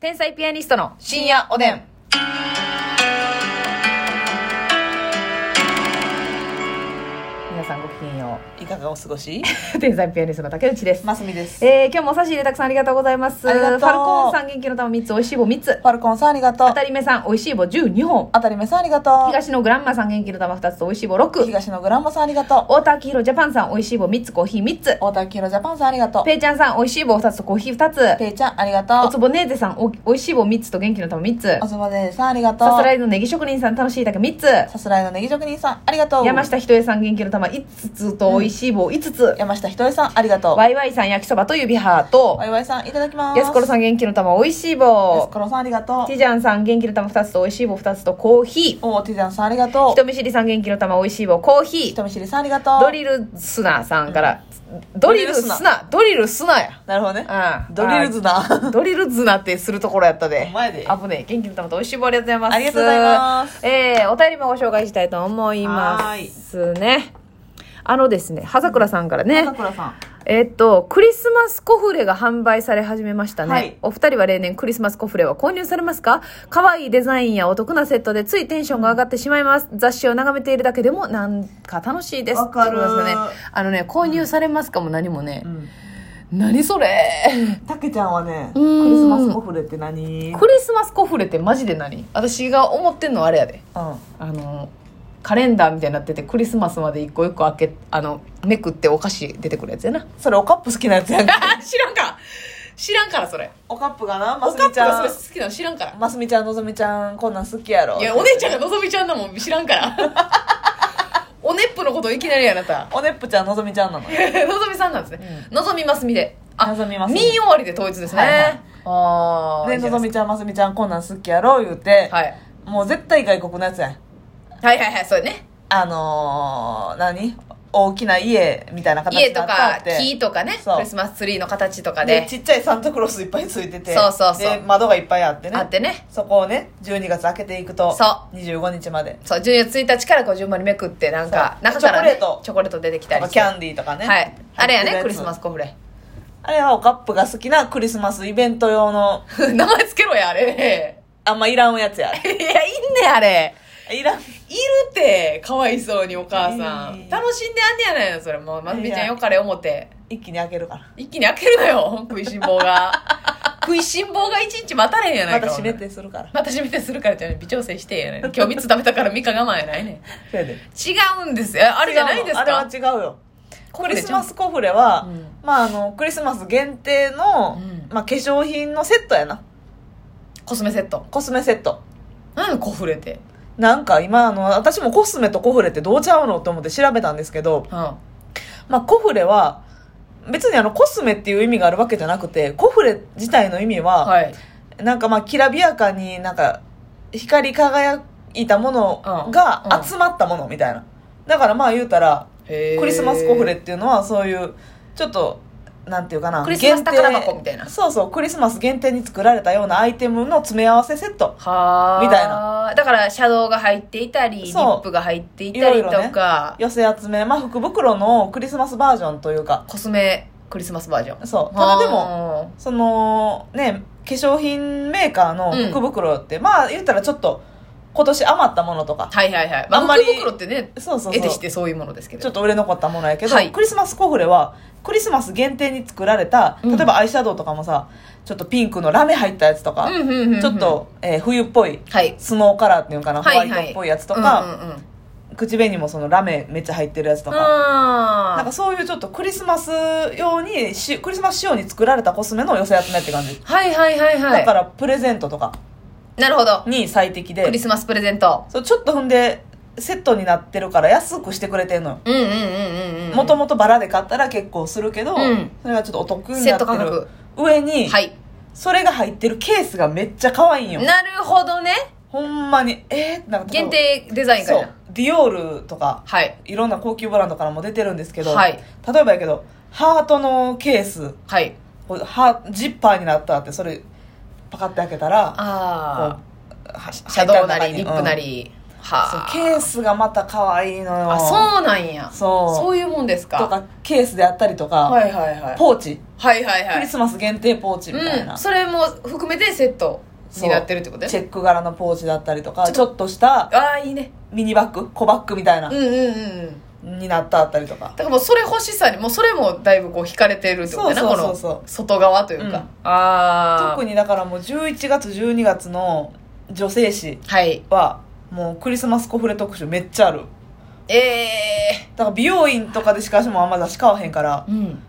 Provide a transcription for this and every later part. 天才ピアニストの深夜おでん。皆さんごきげんよいかがお過ごしう 天才ピアニストの竹内です、ますみです。えー、今日もお差し入れたくさんありがとうございますありがとうファルコーンさん元気の玉3つおいしい棒3つファルコンさんありがとう当。たり目さんおいしい棒12本当たり目さんありがとう。東のグランマさん元気の玉2つとおいしい棒6東のグランマさんありがとう。太田明宏ジャパンさんおいしい棒3つコーヒー3つ大田明宏ジャパンさんありがとう。ペイちゃんさんおいしい棒2つとコーヒー2つペイちゃんありがおとつう。ぼねーぜさんおおいしい棒3つと元気の玉3つおつばでさんありがとう。さすらいのネギ職人さん楽しい竹3つさすらいのネギ職人さんありがとう。山下ひとえさん元気の玉5つとおいしい棒5つ、山下ひとえさんありがとう。ワイワイさん焼きそばと指ハートわいわいさんいただきます。やすころさん元気の玉おいしいやす棒ころさんありがとうテ。ィジャンさん元気の玉2つとおいしい棒2つとコーヒおー、てィゃんさんありがとーう。人見知りさん元気の玉おいしい棒コーヒ人ー見知りさんありがとう。ドリルスナーさんからドリルスナードリルスナーやなるほどね。うんドリルズな。ドリルズナーってするところやったでほんまやで危ねえ元気の玉とおいしい棒ありがとうございますありがとうございますえーお便りもご紹介したいと思いますねあのですね葉桜さんからねさくらさん。えっと、クリスマスコフレが販売され始めましたね、はいお二人は例年クリスマスコフレは購入されますか可愛いデザインやお得なセットでついテンションが上がってしまいます。雑誌を眺めているだけでもなんか楽しいです。わかるということですね。あのね、購入されますかも何もねう。ん。何それたけちゃんはね、クうんリスマスコフレって何クリスマスコフレってマジで何私が思ってんのはあれやで。うん。あの、カレンダーみたいになっててクリスマスまで一個一個開け、あの、めくってお菓子出てくるやつやな。それおカップ好きなやつやんか 知らんか知らんからそれ。おカップがなおますかっみプちゃがんそれ好きなの知らんから。ますみちゃんのぞみちゃんこんなん好きやろいや、お姉ちゃんがのぞみちゃんだもん、知らん から。おねっぷのこといきなりやあなた。おねっぷちゃんのぞみちゃんなのよのぞみさんなんですね。のぞみますみで。あ、のぞみますみみ終わりで統一ですね。はいはいあーでいいじのゃなぞいでみちゃんますみちゃんこんなん好きやろ言うて、すかはい。もう絶対外国のやつやんはいはいはい、そうやね。あのー、何大きな家みたいな形家にとなったかって木とかね、そうクリスマスツリーの形とかでで、ちっちゃいサンタクロースいっぱいついててそうそうそうで窓がいっぱいあってねあってね。そこをね12月開けていくとそう25日までそう、12月1日から50番にめくって、なんか、そう中から、ね、チョコレートチョコレート出てきたりしてキャンディーとかねはい。あれや入ってるね、つクリスマスコフレ。 あれはおカップが好きなクリスマスイベント用の名前つけろや、あれ。あん まいらんやつ やいや、いんねん、あれ。いらんいるってかわいそうにお母さん、えー楽しんであんねやないのそれもうまつみちゃんよかれ思って一気に開けるから一気に開けるの よ食いしん坊が食いしん坊が一日待たれへんやなまいかた閉めてするからまた閉めてするからって微調整してんやないの今日3つ食べたから3日我慢やないねんそやで違うんですよあれじゃないんです違うのあかれは違うよコフクリレスちゃマんスコフレは、うんまああのクリスマス限定の、うんまあ、化粧品のセットやなコスメセットコスメセット何コフレってなんか今あの私もコスメとコフレってどうちゃうのと思って調べたんですけど、うんはまあ、コフレは別にあのコスメっていう意味があるわけじゃなくてコフレ自体の意味は、いなんかまあきらびやかになんか光り輝いたものうんうがん集まったものみたいなだからまあ言うたらへークリスマスコフレっていうのはそういうちょっとなんていうかなクリスマス宝箱みたいな限定そうそうクリスマス限定に作られたようなアイテムの詰め合わせセットはあみたいなだからシャドウが入っていたりリそうップが入っていたりといろいか寄せ集めまあ福袋のクリスマスバージョンというかコスメクリスマスバージョンそうただでももそのね化粧品メーカーの福袋って、まあ言ったらちょっと今年余ったものとかはいはいはい、まあ、あんんままりり袋ってねそうそうそう得てしてそういうものですけれちょどっと売れ残ったものやけど、はいクリスマスコフレはクリスマス限定に作られたうん例えばアイシャドウとかもさちょっとピンクのラメ入ったやつとか、うんうんうんうんちょっと、えー冬っぽいはいスノーカラーっていうのかな、はいはいホワイトっぽいやつとか、うんうんうん口紅もそのラメめっちゃ入ってるやつとか、あなんーかそういうちょっとクリスマス用にしクリスマス仕様に作られたコスメの寄せ集めって感じ、はいはいはいはだいからプレゼントとかなるほどに最適クリでスマスプレゼントそうちょっと踏んでセットになってるから安くしてくれてんのようんうんうんうんうんもともとバラで買ったら結構するけど、うんそれがちょっとお得にセなッっトて価る格上に、はいそれが入ってるケースがめっちゃ可愛いんよなるほどねほんまにえー、なんか限定デザインかそらうディオールとかはいいろんな高級ブランドからも出てるんですけど、はい例えばやけどハートのケースはいこうハジッパーになったってそれパカって開けたらあこうはあシャドウな入りっリた中にップなり、うんはあそうケースがまた可愛いのよあそうなんやそうそういうもんですかとかケースであったりとか、はいはいはいポーチはいはいはクいリスマス限定ポーチみたいな、うん、それも含めてセットそうになってるってことチねェック柄のポーチだったりとかちちょょっとっとしたああいいねミニバッグ小バッグみたいなうん、うんうんうんになったあったりとかだからもうそれ欲しさにもうそれもだいぶこう惹かれてるってことだなそうそうそうこそうの外側というか、うんああ特にだからもう11月12月の女性誌はいはもうクリスマスコフレ特集めっちゃあるええだから美容院とかでしかしもあんま雑誌買わへんからうん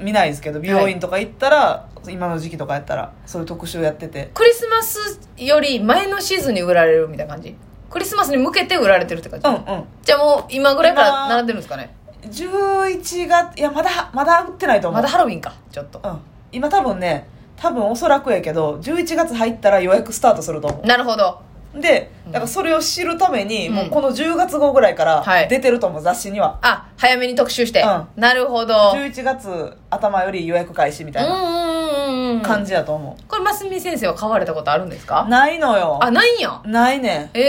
見ないですけど美容院とか行ったら、今の時期とかやったらそういう特集やっててクリスマスより前のシーズンに売られるみたいな感じクリスマスに向けて売られてるって感じ、うんうんじゃあもう今ぐらいから今並んでるんですかね11月いやまだまだ売ってないと思まうだハロウィンかちょっとうん今多分ね多分おそらくやけど11月入ったら予約スタートすると思なるほどうでうんだからそれを知るために、うんもうこの10月号ぐらいかはいら出てると思う、雑誌にはあ早めに特集して、うなるほど11月頭より予約開始みたいなうんうんうんうん感じやと思これますみ先生は買われたことあるんですう、かないのよあないんやないねんえ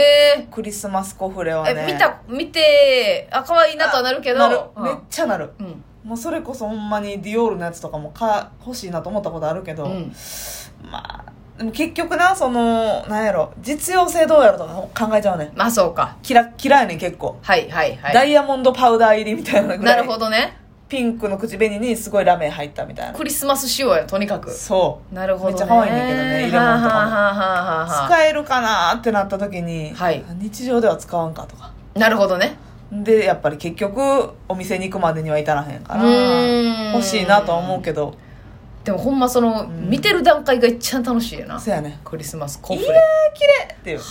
えクリスマスコフレはえね見た見てあ可愛いなとはなるけどなる、うんめっちゃなるうんもうそれこそほんまにディオールのやつとかもか欲しいなと思ったことあるけど、うんまあでも結局なそのなんやろ実用性どうやろとか考えちゃうねんまあそうかキラッキラやねん結構、はいはいはいダイヤモンドパウダー入りみたいなぐらないるほどねピンクの口紅にすごいラメ入ったみたいなクリスマス仕様やとにかくそうなるほど、ね、めっちゃ可愛いねんけどね入れ物とかもはあはあはあはあはあ使えるかなってなった時に、はい日常では使わんかとかなるほどねでやっぱり結局お店に行くまでには至らへんかうーんら欲しいなとは思うけどでもほんまその、ん見てる段階が一番楽しいよなそうやねクリスマスコンフレいやー綺麗っていうは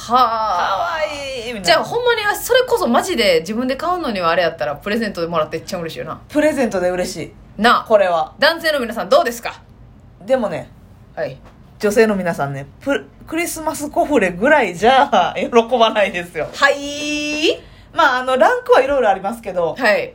あ可愛いみたいなじゃあほんまにあそれこそマジで自分で買うのにはあれやったらプレゼントでもらっていっちゃ嬉しいよなプレゼントで嬉しいなあこれは男性の皆さんどうですかでもねはい女性の皆さんねプクリスマスコフレぐらいじゃあ喜ばないですよはいまああのランクはいろいろありますけどはい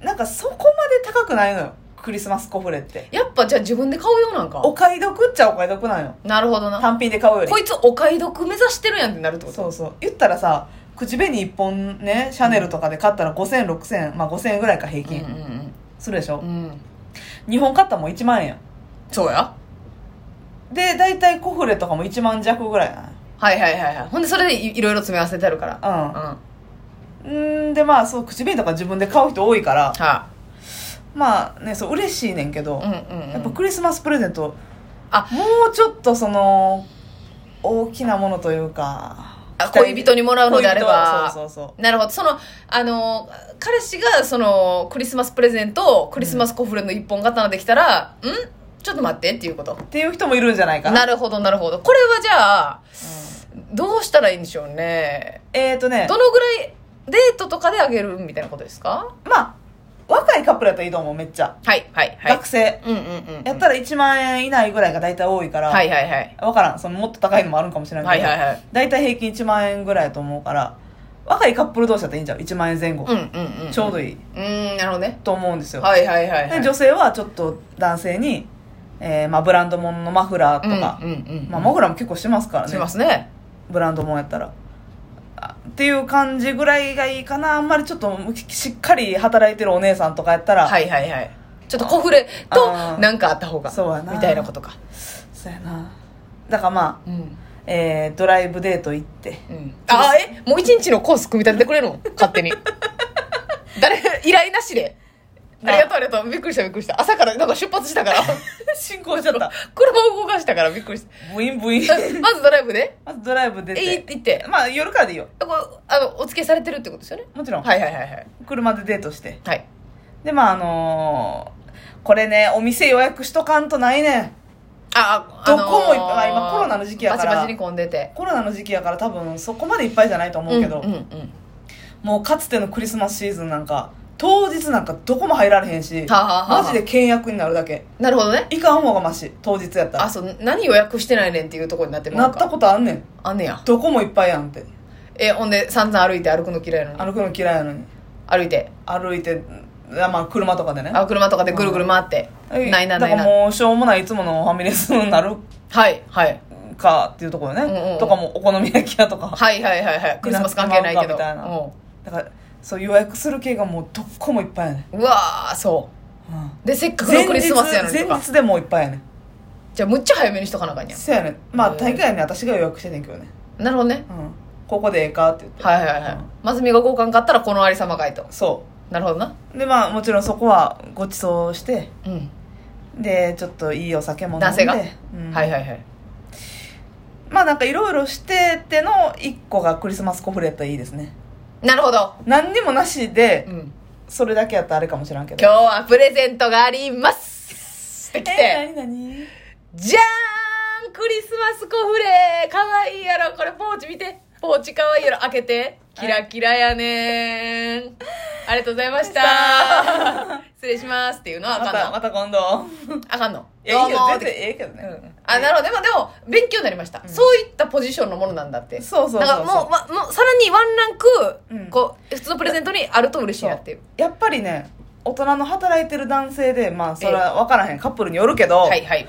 なんかそこまで高くないのよクリスマスコフレってやっぱじゃあ自分で買うようなんかお買い得っちゃお買い得なんよなるほどな単品で買うよりこいつお買い得目指してるやんってなるってことそうそう言ったらさ口紅1本ねシャネルとかで買ったら50006000まあ5000円ぐらいか平うん均するでしょうんうんうん2本買ったらもう1万円そうやで大体コフレとかも1万弱ぐらいなはいはいはいはいほんでそれでいいろいろ詰め合わせてあるからううんんはうんでまあそう口紅とか自分で買う人多いからあまあねそう嬉しいねんけど、うんうんやっうぱんクリスマスプレゼントあもうちょっとその大きなものというかあ恋人にもらうのであれば恋人そうそうなるほどそのあの彼氏がそのクリスマスプレゼントをクリスマスコフレの一本刀できたら、んちょっと待ってっていうことそうっていう人もいるんじゃないかななるほどなるほどこれはじゃあどうしたらいいんでしょうねえっ、ー、とね どのぐらいデートとかであげるみたいなことですかまあ若いカップルやったらいいと思うめっちゃ、はいはいはい学生うんうんうんやったら1万円以内ぐらいが大体多いから、はいはいはい分からんそのもっと高いのもあるんかもしれなはいいけど、はいはい大体平均1万円ぐらいやと思うから若いカップル同士だったらいいんじゃん1万円前う後、んうんうんちょうどいいいいうーんなるほどねと思うんですよ、はいはいはいはいで女性はちょっと男性に、えーまあ、ブランド物のマフラーとか、うんうんうんまあ、マフラーも結構しますからしねますねブランド物やったらあっていう感じぐらいがいいかなあんまりちょっとしっかり働いてるお姉さんとかやったら、はいはいはいちょっとコフレとあーなんかあった方がそうやなみたいなことかそうやなだからまうんあ、えードライブデート行ってうんああえもう一日のコース組み立ててくれる の勝手に誰依頼なしであなりがとうありがとうびっくりしたびっくりした朝からなんか出発したから 進行しちゃった車を動かしたからびっくりしブインブインた まずドライブでまずドライブ出えて行ってまあ夜からでいいよこうあのお付き合いされてるってことですよねもちろん、はいはいはいはい車でデートしてはいでまああのーこれねお店予約しとかんとないねんあどこもいっぱい今コロナの時期やからバチバチに混んでてコロナの時期やから多分そこまでいっぱいじゃないと思うけんど、うんうんもうかつてのクリスマスシーズンなんか当日なんかどこも入られへんし、はあはあはあマジで倹約になるだけなるほどねいかん方がマシ当日やったあらそう何予約してないねんっていうところになってるなのっかたことあんねんあんねやどこもいっぱいやんってえほんで散々歩いて歩くの嫌いなのに歩くの嫌いやのに歩いて歩いてあまあ車とかでねあ車とかでぐるぐる回って、はいないなだなかいらなもうしょうもないいつものファミレスになるはいはいかっていうところよね、うんうんとかもうお好み焼き屋とかはいはいはいはいクリスマス関係ないけどみんな集まるかみたいなうだからそう予約する系がもうどこもいっぱいやねんうわーそうんでせっかくの前クリス日マスやのに前とか日でもういっぱいやねじゃあむっちゃ早めにしとかなあかんやそうやねまあへえ大概ね私が予約しててんけどねなるほどねうんここでええかって言ってはいはいはい、うんまず身が交換買ったらこのありさまかいとそなるほどなうでまあもちろんそこはご馳走してうん、でちょっといいお酒も飲んで男性がうんはいはいはいまあなんかいろいろしてての一個がクリスマスコフレやったらいいですねなるほど、何にもなしでうん、それだけやったらあれかもしらんけど今日はプレゼントがありますってきて、えー、何何じゃーんクリスマスコフレかわいいやろこれポーチ見てポーチかわいいやろ開けてキラキラやねんありがとうございま した失礼しますっていうのはあまかたんのまた今度あかんのいやどいいうよもーっ全て然ええけどね、あなるほどでもでも勉強になりました、そういったポジションのものなんだってそうそうだそうそうからもう,、ま、もうさらにワンランク、うんこう普通のプレゼントにあると嬉しいなっていうやっぱりね大人の働いてる男性でまあそれは分からへんカップルによるけど、はいはい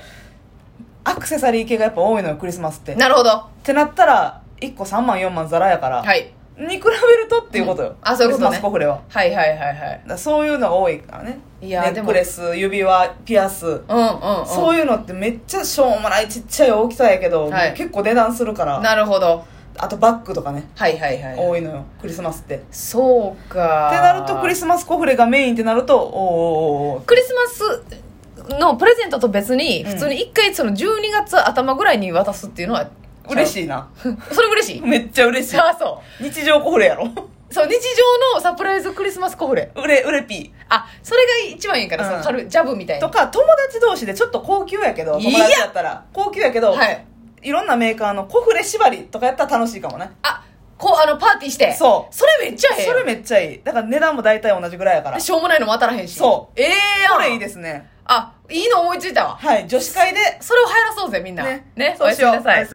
アクセサリー系がやっぱ多いのよクリスマスってっなるほどてなったら1個3万4万ザラやから、はいに比べるとっていうことよ、うんあそういうことねクリスマスコフレははいはいはいはいだからそういうのが多いからねいやーネでッもクレス指輪ピアス、うんうん、うん、そういうのってめっちゃしょうもないちっちゃい大きさやけど、はい結構値段するからなるほどあとバッグとかねはいはいはい多いのよクリスマスってってそうかなるとクリスマスコフレがメインってなるとおーおーおーおークリスマスのプレゼントと別にうん普通に一回その12月頭ぐらいに渡すっていうのは嬉いしいな それ嬉しいめっちゃ嬉しいあそ日常コフレ やろうそう日常のサプライズクリスマスコフレうれうれピあそれが一番いいから、うんその軽いジャブみたいーなとか友達同士でちょっと高級やけどいや友達だったら高級やけど、はいいろんなメーカーのコフレ縛りとかやったら楽しいかもねあこうあのパーティーしてそうそれめっちゃええそれめっちゃいいだから値段も大体同じぐらいやからしょうもないのも当たらへんしそうええやんこれいいですねあいいの思いついたわはい女子会でそれを流行らそうぜみんなねねそうしようおやすみなさい